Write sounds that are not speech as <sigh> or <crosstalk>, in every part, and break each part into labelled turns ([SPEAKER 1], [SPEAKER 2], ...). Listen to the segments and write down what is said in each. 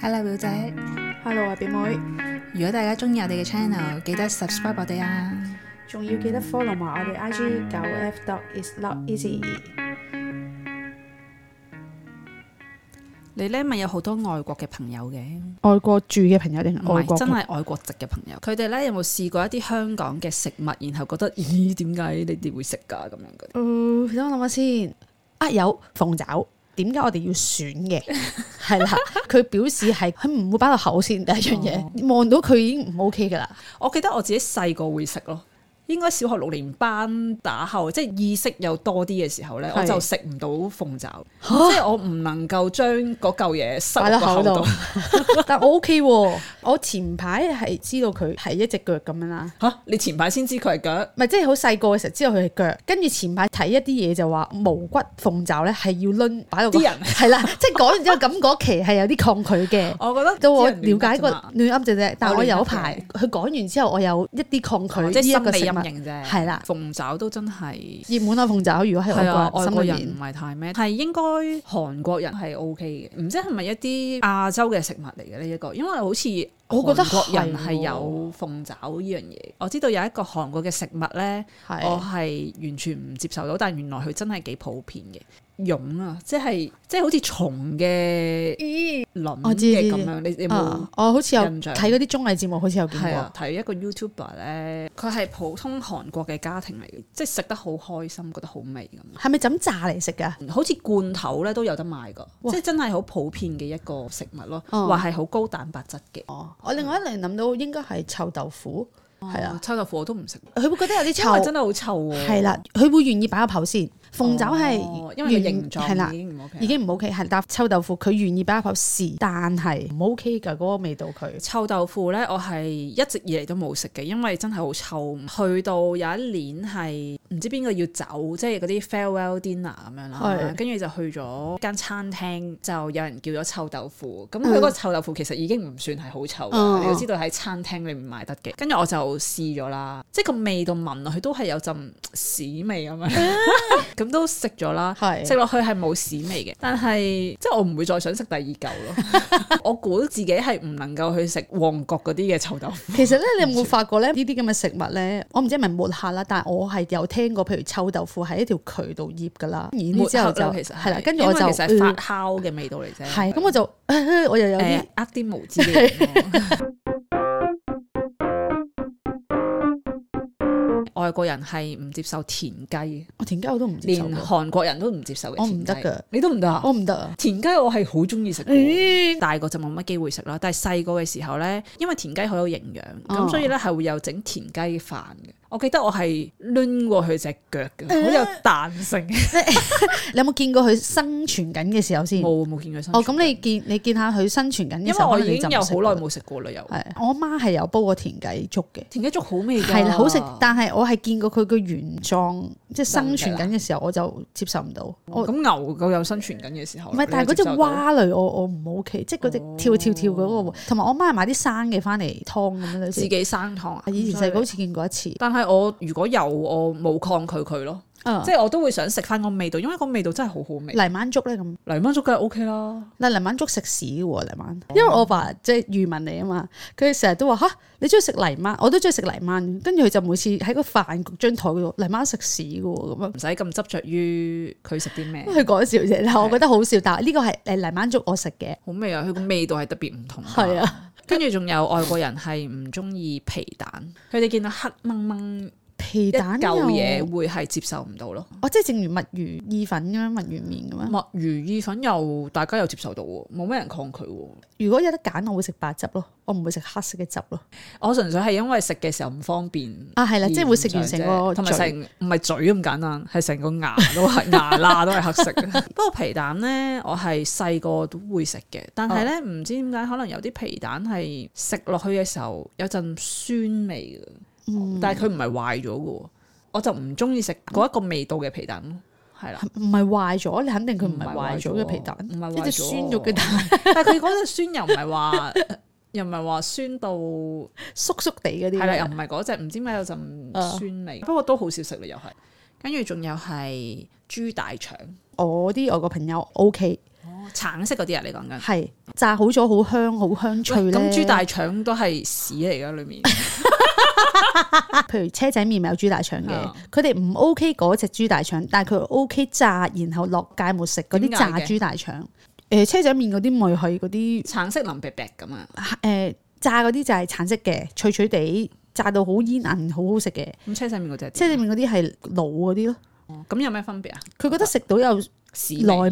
[SPEAKER 1] Hello 表姐，
[SPEAKER 2] Hello 啊，表妹，
[SPEAKER 1] 如果大家中意我哋嘅 channel，記得 subscribe 我哋啊！
[SPEAKER 2] 仲要記得 follow 埋我哋 IG 九 F dot is not easy。
[SPEAKER 1] 你咧咪有好多外國嘅朋友嘅，
[SPEAKER 2] 外國住嘅朋友定
[SPEAKER 1] 唔
[SPEAKER 2] 係外
[SPEAKER 1] 係
[SPEAKER 2] 國？
[SPEAKER 1] 真係外國籍嘅朋友，佢哋咧有冇試過一啲香港嘅食物，然後覺得 <laughs> 咦點解你哋會食㗎咁樣嗰啲？
[SPEAKER 2] 嗯，等我諗下先。啊，有鳳爪，點解我哋要選 <laughs> 嘅？係啦，佢表示係佢唔會擺落口先，第一樣嘢望到佢已經唔 OK 噶啦。
[SPEAKER 1] 我記得我自己細個會食咯。應該小學六年班打後，即係意識有多啲嘅時候咧，
[SPEAKER 2] 係
[SPEAKER 1] 我就食唔到鳳爪，即係我唔能夠將嗰嚿嘢塞落個口
[SPEAKER 2] 擺落
[SPEAKER 1] 度
[SPEAKER 2] 口度。
[SPEAKER 1] <laughs>
[SPEAKER 2] 但我 OK 喎，我前排係知道佢係一隻腳咁樣啦。
[SPEAKER 1] 嚇！你前排先知佢係腳，
[SPEAKER 2] 唔係，即係好細個嘅時候知道佢係腳，跟住前排睇一啲嘢就話無骨鳳爪咧係要攆擺到個
[SPEAKER 1] 啲人
[SPEAKER 2] 係啦，即係講完之後咁嗰期係有啲抗拒
[SPEAKER 1] <laughs>
[SPEAKER 2] 嘅。
[SPEAKER 1] 我覺得
[SPEAKER 2] 到我
[SPEAKER 1] 啲人
[SPEAKER 2] 了
[SPEAKER 1] 亂噏
[SPEAKER 2] 解
[SPEAKER 1] 啫
[SPEAKER 2] 過
[SPEAKER 1] 嘛
[SPEAKER 2] 亂噏啫啫，但
[SPEAKER 1] 我
[SPEAKER 2] 我
[SPEAKER 1] 亂
[SPEAKER 2] 有
[SPEAKER 1] 噏
[SPEAKER 2] 排佢講完之後，我有一啲抗
[SPEAKER 1] 哦
[SPEAKER 2] 拒
[SPEAKER 1] 即
[SPEAKER 2] 呢一個
[SPEAKER 1] 係
[SPEAKER 2] 食
[SPEAKER 1] 心理
[SPEAKER 2] 物
[SPEAKER 1] 陰。影啫。
[SPEAKER 2] 係啦
[SPEAKER 1] 鳳爪都真係
[SPEAKER 2] 熱門啊，鳳爪如果係
[SPEAKER 1] 係啊
[SPEAKER 2] 外，國
[SPEAKER 1] 外
[SPEAKER 2] 心
[SPEAKER 1] 國
[SPEAKER 2] 裏
[SPEAKER 1] 人
[SPEAKER 2] 面
[SPEAKER 1] 唔係太咩，係應該韓國人係 O K 嘅，唔知係咪一啲亞洲嘅食物嚟嘅呢一個，因為好似
[SPEAKER 2] 我覺得
[SPEAKER 1] 韓國人
[SPEAKER 2] 係
[SPEAKER 1] 係
[SPEAKER 2] 喎
[SPEAKER 1] 有鳳爪呢樣嘢，我知道有一個韓國嘅食物咧，我
[SPEAKER 2] 係
[SPEAKER 1] 係完全唔接受到，但原來佢真係幾普遍嘅。蛹啊，即係即係好似蟲嘅
[SPEAKER 2] 咦
[SPEAKER 1] 卵
[SPEAKER 2] 我知知
[SPEAKER 1] 嘅
[SPEAKER 2] 知
[SPEAKER 1] 咁樣，你你有冇
[SPEAKER 2] 啊！我好似有
[SPEAKER 1] 印象
[SPEAKER 2] 睇嗰啲綜藝節目，好似有見
[SPEAKER 1] 係啊
[SPEAKER 2] 過，
[SPEAKER 1] 睇一個 YouTuber 咧，佢係普通韓國嘅家庭嚟嘅，即係食得好開心，覺得好味咁。
[SPEAKER 2] 係咪就咁炸嚟食㗎？
[SPEAKER 1] 好似罐頭咧都有得賣噶，
[SPEAKER 2] 哇
[SPEAKER 1] 即係真係好普遍嘅一個食物咯，
[SPEAKER 2] 哦
[SPEAKER 1] 話係好高蛋白質嘅。
[SPEAKER 2] 哦，我另外一嚟諗到應該係臭豆腐，係啊，
[SPEAKER 1] 臭豆腐我都唔食，
[SPEAKER 2] 佢會覺得有啲
[SPEAKER 1] 因為
[SPEAKER 2] 臭
[SPEAKER 1] 真。係好臭喎。
[SPEAKER 2] 係啦，佢會願意擺入口先。鳳爪係、
[SPEAKER 1] 哦因為佢形
[SPEAKER 2] 係啊
[SPEAKER 1] 狀
[SPEAKER 2] 啦
[SPEAKER 1] 已，經唔 OK 啦。
[SPEAKER 2] 已經唔 OK，係但臭豆腐佢願意擺入口是，但係唔 OK 㗎嗰個味道佢。
[SPEAKER 1] 臭豆腐咧，我係一直以嚟都冇食嘅，因為真係好臭。去到有一年係唔知邊個要走，即係嗰啲 farewell dinner 咁樣啦
[SPEAKER 2] 係，
[SPEAKER 1] 跟住就去咗間餐廳，就有人叫咗臭豆腐。咁佢嗰個臭豆腐其實已經唔算係好臭㗎，
[SPEAKER 2] 嗯
[SPEAKER 1] 你都知道喺餐廳裏面買得嘅。跟住我就試咗啦，即係個味道聞落去都係有陣屎味咁樣，
[SPEAKER 2] <laughs>
[SPEAKER 1] 咁都食咗啦。
[SPEAKER 2] 係啊
[SPEAKER 1] 食落去係冇屎味嘅，但係即係我唔會再想食第二嚿咯。
[SPEAKER 2] <laughs>
[SPEAKER 1] 我估自己係唔能夠去食旺角嗰啲嘅臭豆腐。
[SPEAKER 2] 其實咧，你有冇發覺咧？呢啲咁嘅食物咧，我唔知係咪抹黑啦，但係我係有聽過，譬如臭豆腐喺一條渠度醃㗎啦，然
[SPEAKER 1] 抹
[SPEAKER 2] 之後
[SPEAKER 1] 黑
[SPEAKER 2] 就
[SPEAKER 1] 咯其實
[SPEAKER 2] 係啦，跟住我就
[SPEAKER 1] 因為其實係發
[SPEAKER 2] 呃
[SPEAKER 1] 酵嘅味道嚟啫。
[SPEAKER 2] 係咁，我就呃我又有啲
[SPEAKER 1] 誒呃啲無知嘅人
[SPEAKER 2] <laughs>
[SPEAKER 1] 咯。外國人係唔接受田雞，
[SPEAKER 2] 我點解我都唔接
[SPEAKER 1] 連啊
[SPEAKER 2] 受㗎
[SPEAKER 1] 韓國人都唔接受嘅
[SPEAKER 2] 我
[SPEAKER 1] 田雞。
[SPEAKER 2] 唔得㗎，
[SPEAKER 1] 你都唔得啊？
[SPEAKER 2] 我唔得啊！
[SPEAKER 1] 田雞我係好中意食嘅喎。
[SPEAKER 2] 咦
[SPEAKER 1] 大個就冇乜機會食啦，但係細個嘅時候呢，因為田雞好有營養，咁、
[SPEAKER 2] 哦
[SPEAKER 1] 所以呢係會有整田雞飯嘅。我記得我係攣過佢隻腳嘅，
[SPEAKER 2] 呃
[SPEAKER 1] 好有彈性。
[SPEAKER 2] <laughs> 你有冇見過佢生存緊嘅時候先？
[SPEAKER 1] 冇冇見佢生
[SPEAKER 2] 哦，
[SPEAKER 1] 存
[SPEAKER 2] 咁你見你見下佢生存緊
[SPEAKER 1] 因
[SPEAKER 2] 嘅時
[SPEAKER 1] 為
[SPEAKER 2] 候，
[SPEAKER 1] 我
[SPEAKER 2] 可能你
[SPEAKER 1] 已經
[SPEAKER 2] 就唔
[SPEAKER 1] 有
[SPEAKER 2] 食
[SPEAKER 1] 好耐
[SPEAKER 2] 啦
[SPEAKER 1] 冇食過啦，又
[SPEAKER 2] 係我媽係有煲過田雞粥嘅，
[SPEAKER 1] 田雞粥好味㗎，
[SPEAKER 2] 係啦，好食，但係我係見過佢個原狀，即係生存緊嘅時候，我就接受唔到。我
[SPEAKER 1] 哦咁牛夠有生存緊嘅時候，
[SPEAKER 2] 唔係，但係嗰
[SPEAKER 1] 隻
[SPEAKER 2] 只蛙類我我唔 OK，即係嗰
[SPEAKER 1] 哦
[SPEAKER 2] 只跳跳跳嗰個喎，同埋我媽係買啲生嘅翻嚟湯咁樣類
[SPEAKER 1] 自
[SPEAKER 2] 似。
[SPEAKER 1] 己生湯啊，
[SPEAKER 2] 以前細個好似見過一次，
[SPEAKER 1] 但係我如果有，我冇抗拒佢咯，
[SPEAKER 2] 啊嗯
[SPEAKER 1] 即係我都會想食翻個味道，因為個味道真係好好味。
[SPEAKER 2] 泥鯭粥咧咁。
[SPEAKER 1] 泥鯭粥梗係 OK 啦，
[SPEAKER 2] 嗱，泥鯭粥食屎嘅喎，泥鯭，因為我爸即係漁民嚟啊嘛，佢成日都話吓，你中意食泥鯭，我都中意食泥鯭，跟住佢就每次喺個飯局張台嗰度，泥鯭食屎嘅喎咁樣。
[SPEAKER 1] 唔使咁執着於佢食啲咩。
[SPEAKER 2] 佢講笑啫，但係我覺得好笑。但係呢個係誒泥鯭粥我食嘅，
[SPEAKER 1] 好味啊！佢個味道係特別唔同。
[SPEAKER 2] 係，啊，
[SPEAKER 1] 跟住仲有外國人係唔中意皮蛋，佢哋見到黑掹掹
[SPEAKER 2] 皮
[SPEAKER 1] 一
[SPEAKER 2] 蛋
[SPEAKER 1] 嚿
[SPEAKER 2] 又
[SPEAKER 1] 嘢，會係接受唔到咯。
[SPEAKER 2] 哦，即係正如墨魚意粉咁樣，墨魚麵咁樣。
[SPEAKER 1] 墨魚意粉又大家又接受到喎，冇咩人抗拒喎。
[SPEAKER 2] 如果有得揀，我會食白汁咯，我唔會食黑色嘅汁咯。
[SPEAKER 1] 我純粹係因為食嘅時候唔方便
[SPEAKER 2] 啊，係啦，
[SPEAKER 1] 而唔想啫，
[SPEAKER 2] 即係會食完成個
[SPEAKER 1] 同埋
[SPEAKER 2] 嘴
[SPEAKER 1] 成唔係嘴咁簡單，係成個牙都係
[SPEAKER 2] <laughs>
[SPEAKER 1] 牙罅都係黑色嘅。不過皮蛋咧，我係細個都會食嘅，但係
[SPEAKER 2] 哦
[SPEAKER 1] 咧唔知點解，可能有啲皮蛋係食落去嘅時候有陣酸味嘅。
[SPEAKER 2] 嗯
[SPEAKER 1] 但係佢唔係壞咗嘅喎，我就唔中意食嗰一個味道嘅皮蛋咯，係啦。
[SPEAKER 2] 唔係壞咗，你肯 <laughs> 定佢唔係壞咗嘅皮蛋，
[SPEAKER 1] 唔係壞咗
[SPEAKER 2] 一隻酸咗嘅蛋，
[SPEAKER 1] 但係佢嗰隻酸又唔係話，又唔係話酸到係
[SPEAKER 2] 縮縮地嗰啲。啊
[SPEAKER 1] 啦，又唔係嗰只，唔知點解有陣酸味。不過都好少食啦，又係。跟住仲有係豬大腸，
[SPEAKER 2] 我啲外國朋友 OK，
[SPEAKER 1] 哦，橙色嗰啲啊，你講緊。
[SPEAKER 2] 係炸好咗，好香，好香脆
[SPEAKER 1] 喂
[SPEAKER 2] 咧。
[SPEAKER 1] 咁豬大腸都係屎嚟噶，裏面 <laughs>
[SPEAKER 2] 啊譬如車仔麵咪有豬大腸嘅
[SPEAKER 1] 啊，
[SPEAKER 2] 佢哋唔 OK 嗰只豬大腸，但係佢 OK 炸，然後落芥末食嗰啲
[SPEAKER 1] 點解
[SPEAKER 2] 炸
[SPEAKER 1] 嘅
[SPEAKER 2] 豬大腸。誒、車仔麵嗰啲咪係嗰啲
[SPEAKER 1] 橙色淋白白咁啊，
[SPEAKER 2] 誒呃炸嗰啲就係橙色嘅，脆脆地炸到好煙韌，好好食嘅。
[SPEAKER 1] 咁車仔面嗰只
[SPEAKER 2] 車仔麵嗰啲係老嗰啲咯，
[SPEAKER 1] 咁有咩分別啊？
[SPEAKER 2] 佢覺得食到有
[SPEAKER 1] 屎味
[SPEAKER 2] 內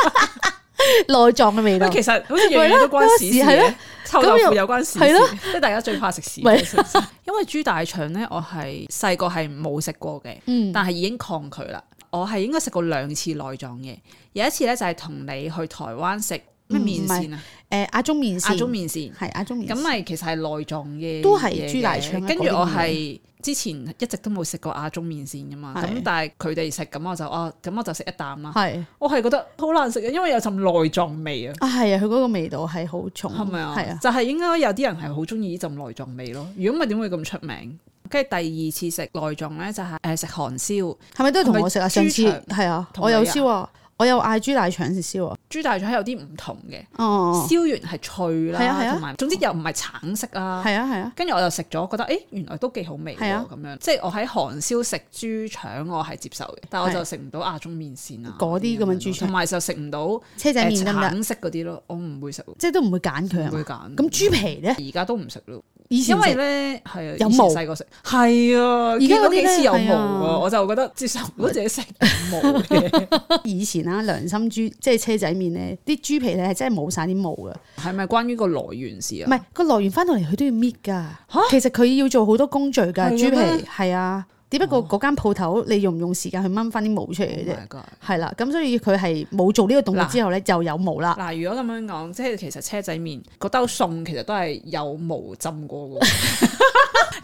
[SPEAKER 1] <laughs>
[SPEAKER 2] 內臟嘅味道
[SPEAKER 1] 喂，。其實好似樣樣都關屎事
[SPEAKER 2] 係咯
[SPEAKER 1] 嘅，臭豆
[SPEAKER 2] 咁又
[SPEAKER 1] 腐有關屎
[SPEAKER 2] 係
[SPEAKER 1] 事
[SPEAKER 2] 咯，
[SPEAKER 1] 即係大家最怕食屎 <laughs>
[SPEAKER 2] 咪
[SPEAKER 1] 嘅。其實因為豬大腸咧，我係細個係冇食過嘅，
[SPEAKER 2] 嗯
[SPEAKER 1] 但係已經抗拒啦。我係應該食過兩次內臟嘅，有一次咧就係同你去台灣食咩麵線啊，
[SPEAKER 2] 誒呃亞中麵
[SPEAKER 1] 亞
[SPEAKER 2] 線
[SPEAKER 1] 中麵線。
[SPEAKER 2] 嗯係亞中麵
[SPEAKER 1] 咁
[SPEAKER 2] 線，
[SPEAKER 1] 咪其實係內臟嘅，
[SPEAKER 2] 都係豬大腸啊
[SPEAKER 1] 跟住
[SPEAKER 2] 嗰啲
[SPEAKER 1] 我
[SPEAKER 2] 嘢
[SPEAKER 1] 係之前一直都冇食過亞中麵線噶嘛，
[SPEAKER 2] 係
[SPEAKER 1] 咁但係佢哋食咁我就哦，咁我就食一啖啦。
[SPEAKER 2] 係
[SPEAKER 1] 我係覺得好難食嘅，因為有陣內臟味啊，
[SPEAKER 2] 啊係啊，佢嗰個味道係好重，
[SPEAKER 1] 係咪啊？
[SPEAKER 2] 係啊，
[SPEAKER 1] 就係應該有啲人係好中意呢陣內臟味咯。如果唔係點會咁出名？跟住第二次食內臟咧，就係誒食韓燒，
[SPEAKER 2] 係咪都係同我食啊？
[SPEAKER 1] 係
[SPEAKER 2] 上
[SPEAKER 1] 咪
[SPEAKER 2] 次
[SPEAKER 1] 豬
[SPEAKER 2] 係啊，
[SPEAKER 1] 同
[SPEAKER 2] 我有
[SPEAKER 1] 你啊
[SPEAKER 2] 燒啊，我有嗌豬大腸燒啊，
[SPEAKER 1] 豬大腸有啲唔同嘅，
[SPEAKER 2] 哦，
[SPEAKER 1] 燒完係脆
[SPEAKER 2] 係啊係啊
[SPEAKER 1] 啦，同埋總之又唔係橙色啊。
[SPEAKER 2] 係啊係啊，
[SPEAKER 1] 跟住我就食咗，覺得誒、欸原來都幾好味
[SPEAKER 2] 係
[SPEAKER 1] 喎
[SPEAKER 2] 啊
[SPEAKER 1] 咁樣，即係我喺韓燒食豬腸我係接受嘅，但我就食唔到亞中麵線啊
[SPEAKER 2] 嗰啲咁嘅豬腸
[SPEAKER 1] 同埋就食唔到
[SPEAKER 2] 車仔麵
[SPEAKER 1] 誒
[SPEAKER 2] 得唔得？
[SPEAKER 1] 橙色嗰啲咯，我唔會食，唔
[SPEAKER 2] 即係都唔會揀佢啊
[SPEAKER 1] 會
[SPEAKER 2] 嘛。
[SPEAKER 1] 揀。
[SPEAKER 2] 咁豬皮咧，
[SPEAKER 1] 而家都唔食咯，
[SPEAKER 2] 以前
[SPEAKER 1] 因為
[SPEAKER 2] 食
[SPEAKER 1] 咧係啊，
[SPEAKER 2] 有
[SPEAKER 1] 以前
[SPEAKER 2] 毛
[SPEAKER 1] 細個食係啊，
[SPEAKER 2] 而家
[SPEAKER 1] 見
[SPEAKER 2] 嗰啲
[SPEAKER 1] 到
[SPEAKER 2] 咧
[SPEAKER 1] 幾次有毛
[SPEAKER 2] 係啊
[SPEAKER 1] 啊，我就覺得接受唔到自己食毛
[SPEAKER 2] <laughs>
[SPEAKER 1] 嘅，
[SPEAKER 2] 以前啦，良心豬即係車仔麵咧，啲豬皮咧係真係冇晒啲毛噶，
[SPEAKER 1] 係咪關於個來源事
[SPEAKER 2] 唔
[SPEAKER 1] 啊？
[SPEAKER 2] 係個來源翻到嚟佢都要搣噶。其實佢要做好多工序㗎，
[SPEAKER 1] 係嘅
[SPEAKER 2] 豬
[SPEAKER 1] 咩哦
[SPEAKER 2] 皮係啊，只不過嗰間鋪頭你用唔用時間去掹翻啲毛出嚟嘅啫。
[SPEAKER 1] 啫。
[SPEAKER 2] 係啦，咁所以佢係冇做呢個動作
[SPEAKER 1] 嗱
[SPEAKER 2] 之後咧，就有毛啦。 <laughs>
[SPEAKER 1] 嗱，如果咁樣講，即係其實車仔麵嗰兜餸其實都係有毛浸過
[SPEAKER 2] <laughs>
[SPEAKER 1] 嘅喎，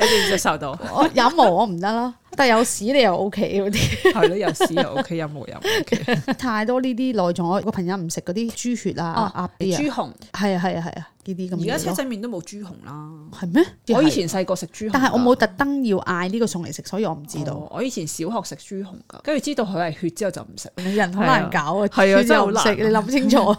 [SPEAKER 1] 你接唔接受到？
[SPEAKER 2] 我有毛我唔得啦，但有屎你又 O K
[SPEAKER 1] <laughs>
[SPEAKER 2] 嗰啲。
[SPEAKER 1] 係咯，有屎又 OK，有毛又
[SPEAKER 2] <laughs>
[SPEAKER 1] OK。
[SPEAKER 2] 太多呢啲內臟，我個朋友唔食嗰啲豬血啊、鴨啲啊，
[SPEAKER 1] 豬紅，
[SPEAKER 2] 係啊係啊係啊，呢啲咁
[SPEAKER 1] 而
[SPEAKER 2] 嘅
[SPEAKER 1] 家
[SPEAKER 2] 嘢
[SPEAKER 1] 車
[SPEAKER 2] 咯。
[SPEAKER 1] 仔麵都冇豬紅啦。
[SPEAKER 2] 係咩？
[SPEAKER 1] 我以前細個食豬紅㗎，
[SPEAKER 2] 但係我冇特登要嗌呢個餸嚟食，所以我唔知道。
[SPEAKER 1] 哦。我以前小學食豬紅㗎，跟住知道佢係血之後就唔食。
[SPEAKER 2] 人好難搞啊，
[SPEAKER 1] 係啊
[SPEAKER 2] 豬
[SPEAKER 1] 真係
[SPEAKER 2] 又
[SPEAKER 1] 好
[SPEAKER 2] 唔
[SPEAKER 1] 難
[SPEAKER 2] 食，你諗清 <laughs> 楚。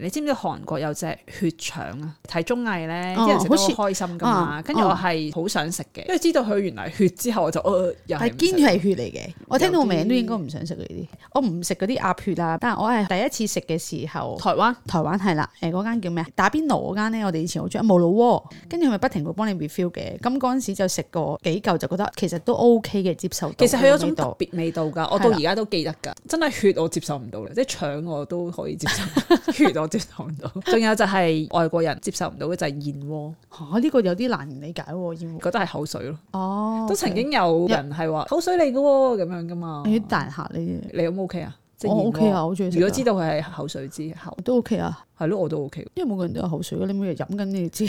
[SPEAKER 1] <laughs> 你知唔知韓國有隻血腸啊？睇綜藝咧，
[SPEAKER 2] 哦
[SPEAKER 1] 啲人食得好開心噶
[SPEAKER 2] 好似
[SPEAKER 1] 嘛。跟住
[SPEAKER 2] 哦
[SPEAKER 1] 我係好想食嘅，因為知道佢原來血之後，我就呃又
[SPEAKER 2] 係
[SPEAKER 1] 係唔
[SPEAKER 2] 堅
[SPEAKER 1] 食
[SPEAKER 2] 血係血嚟嘅，我聽到
[SPEAKER 1] 有啲
[SPEAKER 2] 名都應該唔想食呢啲。我唔食嗰啲鴨血啊，但係我係第一次食嘅時候，
[SPEAKER 1] 台灣
[SPEAKER 2] 台灣係啦，誒嗰間叫咩啊？打邊爐嗰間咧，我哋以前好中意冇老鍋，跟住佢咪不停會幫你 refill 嘅。咁嗰陣時就食過幾嚿，就覺得其實都 OK 嘅，接受到。
[SPEAKER 1] 其實係有種特
[SPEAKER 2] 度，
[SPEAKER 1] 別味道㗎，我到而家都記得㗎。真係血我接受唔到啦，即係腸我都可以接
[SPEAKER 2] <laughs>
[SPEAKER 1] 受，血我接受唔到。仲有就係外國人接受唔到嘅就係燕窩，
[SPEAKER 2] 嚇呢、個有啲難理解喎，要
[SPEAKER 1] 覺得係口水咯。
[SPEAKER 2] 哦，
[SPEAKER 1] 都曾經有人係話口水嚟嘅喎咁樣㗎嘛。
[SPEAKER 2] 有啲大客呢
[SPEAKER 1] 你有冇 OK 啊？即
[SPEAKER 2] 啲，
[SPEAKER 1] 係
[SPEAKER 2] 我
[SPEAKER 1] 燕窩
[SPEAKER 2] OK 啊，我好中意食啊。
[SPEAKER 1] 如果知道佢係口水之後，
[SPEAKER 2] 都 OK 啊，
[SPEAKER 1] 係咯，我都 OK 喎。
[SPEAKER 2] 因為每個人都有口水，你每日飲緊你知。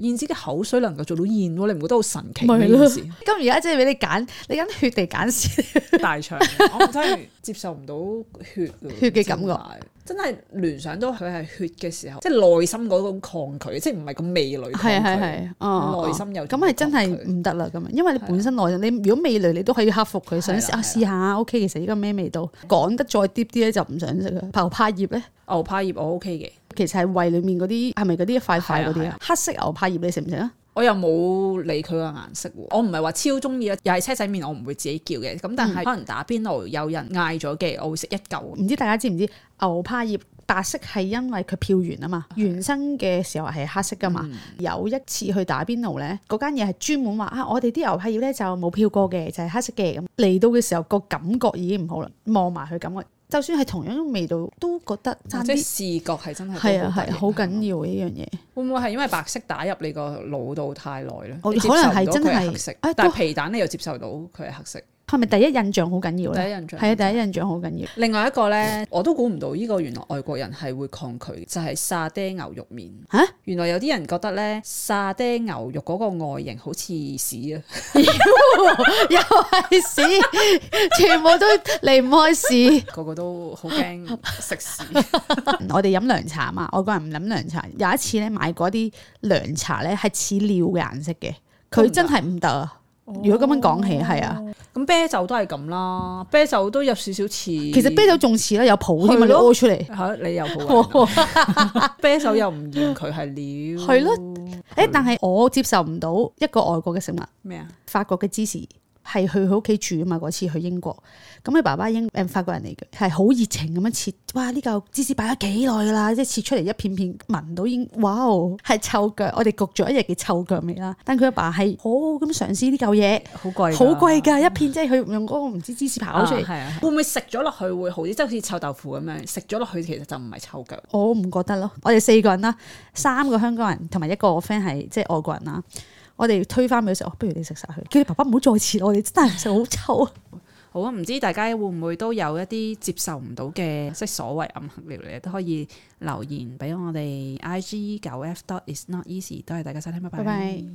[SPEAKER 1] 燕子嘅口水能夠做到燕窩，你唔覺得好神奇
[SPEAKER 2] 咪
[SPEAKER 1] 咩？
[SPEAKER 2] 係咯
[SPEAKER 1] 件事
[SPEAKER 2] <laughs> 咁而家即係俾你揀，你揀血定揀屎？
[SPEAKER 1] 大腸，我真係接受唔到血㗎
[SPEAKER 2] <laughs> 血嘅感覺，
[SPEAKER 1] 真係聯想到佢係血嘅時候，即係內心嗰種抗拒，即係唔係個味蕾抗拒，
[SPEAKER 2] 係係係，哦，
[SPEAKER 1] 內心有
[SPEAKER 2] 咁係真係
[SPEAKER 1] 抗拒
[SPEAKER 2] 唔得啦，咁啊，因為你本身內心，你如果味蕾你都可以克服佢，想
[SPEAKER 1] 係啦
[SPEAKER 2] 試啊試
[SPEAKER 1] 係
[SPEAKER 2] 下，OK，其實依家咩味道？講得再 deep 啲咧就唔想食啦。牛柏葉咧，
[SPEAKER 1] 牛柏葉我 OK 嘅，
[SPEAKER 2] 其實係胃裡面嗰啲係咪嗰啲一塊塊嗰啲
[SPEAKER 1] 係啊係
[SPEAKER 2] 啊？黑色牛柏葉你食唔食啊？
[SPEAKER 1] 我又冇理佢個顏色喎。我唔係話超中意啦，又係車仔麵我唔會自己叫嘅。咁
[SPEAKER 2] 嗯
[SPEAKER 1] 但係可能打邊爐有人嗌咗嘅，我會食一嚿。
[SPEAKER 2] 唔知大家知唔知牛柏葉白色係因為佢漂完啊嘛，原生嘅時候係黑色噶嘛。
[SPEAKER 1] 嗯
[SPEAKER 2] 有一次去打邊爐咧，嗰間嘢係專門話啊，我哋啲牛柏葉咧就冇漂過嘅，就係、黑色嘅咁。嚟到嘅時候個感覺已經唔好啦，望埋佢感覺，就算係同樣嘅味道，都覺得爭
[SPEAKER 1] 即係
[SPEAKER 2] 啲。
[SPEAKER 1] 視覺係真係都
[SPEAKER 2] 係啊，
[SPEAKER 1] 好得
[SPEAKER 2] 係啊
[SPEAKER 1] 意
[SPEAKER 2] 好緊要嘅一樣嘢。
[SPEAKER 1] 會唔會係因為白色打入你個腦度太耐咧？
[SPEAKER 2] 我
[SPEAKER 1] 你接
[SPEAKER 2] 可能
[SPEAKER 1] 受唔
[SPEAKER 2] 係
[SPEAKER 1] 到
[SPEAKER 2] 真
[SPEAKER 1] 佢
[SPEAKER 2] 係
[SPEAKER 1] 黑色，
[SPEAKER 2] 哎
[SPEAKER 1] 但係
[SPEAKER 2] 都
[SPEAKER 1] 皮蛋你又接受到佢係黑色。
[SPEAKER 2] 係咪第一印象好緊要
[SPEAKER 1] 第一
[SPEAKER 2] 咧？
[SPEAKER 1] 印象
[SPEAKER 2] 係啊，第一印象好緊要。 <laughs>
[SPEAKER 1] 另外一個呢，我都估唔到呢個原來外國人係會抗拒，就係、沙爹牛肉麵。
[SPEAKER 2] 嚇
[SPEAKER 1] 原來有啲人覺得呢，沙爹牛肉嗰個外形好似屎啊！
[SPEAKER 2] <laughs> 又係屎，全部都離唔開屎。
[SPEAKER 1] 個個都好驚食
[SPEAKER 2] <laughs>
[SPEAKER 1] 屎。
[SPEAKER 2] 我哋飲涼茶嘛，外國人唔飲涼茶。有一
[SPEAKER 1] 哦
[SPEAKER 2] 次咧買嗰啲涼茶咧係似尿嘅顏色嘅，佢真係唔得啊！如果咁樣講起，係啊，
[SPEAKER 1] 咁啤酒都係咁啦，啤酒都有少少似。其
[SPEAKER 2] 其實啤酒仲似啦，有泡添
[SPEAKER 1] 係
[SPEAKER 2] 啊，你
[SPEAKER 1] 咯
[SPEAKER 2] 屙出嚟。
[SPEAKER 1] 嚇你又好啊， <laughs>
[SPEAKER 2] 誒、
[SPEAKER 1] 啤酒又唔厭佢係料。
[SPEAKER 2] 係咯但係我接受唔到一個外國嘅食物，
[SPEAKER 1] 咩啊？
[SPEAKER 2] 法國嘅芝士係去佢屋企住啊嘛。嗰次去英國，咁佢爸嗯爸英誒法國人嚟嘅，係好熱情咁樣切，哇！呢嚿芝士擺咗幾耐㗎啦，即係切出嚟一片片，聞到已經，哇哦，係臭腳，我哋焗咗一日嘅臭腳味啦。但佢阿爸係好好咁嘗試呢嚿嘢。
[SPEAKER 1] 好貴㗎，
[SPEAKER 2] 好貴㗎，一片即係佢用嗰個唔知芝士刨
[SPEAKER 1] 啊，
[SPEAKER 2] 出嚟，
[SPEAKER 1] 係啊，會唔會食咗落去會好啲？即係好似臭豆腐咁樣，食咗落去其實就唔係臭腳。
[SPEAKER 2] 我唔覺得咯。我哋四個人啦，三個香港人同埋一個我 friend 係即係外國人啦。我哋推翻俾佢食，哦不如你食晒佢，叫你爸爸唔好再切我哋，真係唔食好臭啊！
[SPEAKER 1] 好啊，唔知大家會唔會都有一啲接受唔到嘅，即係所謂暗黑料理，都可以留言俾我哋 I G 九 F dot is not easy。多謝大家收聽，拜
[SPEAKER 2] 拜拜。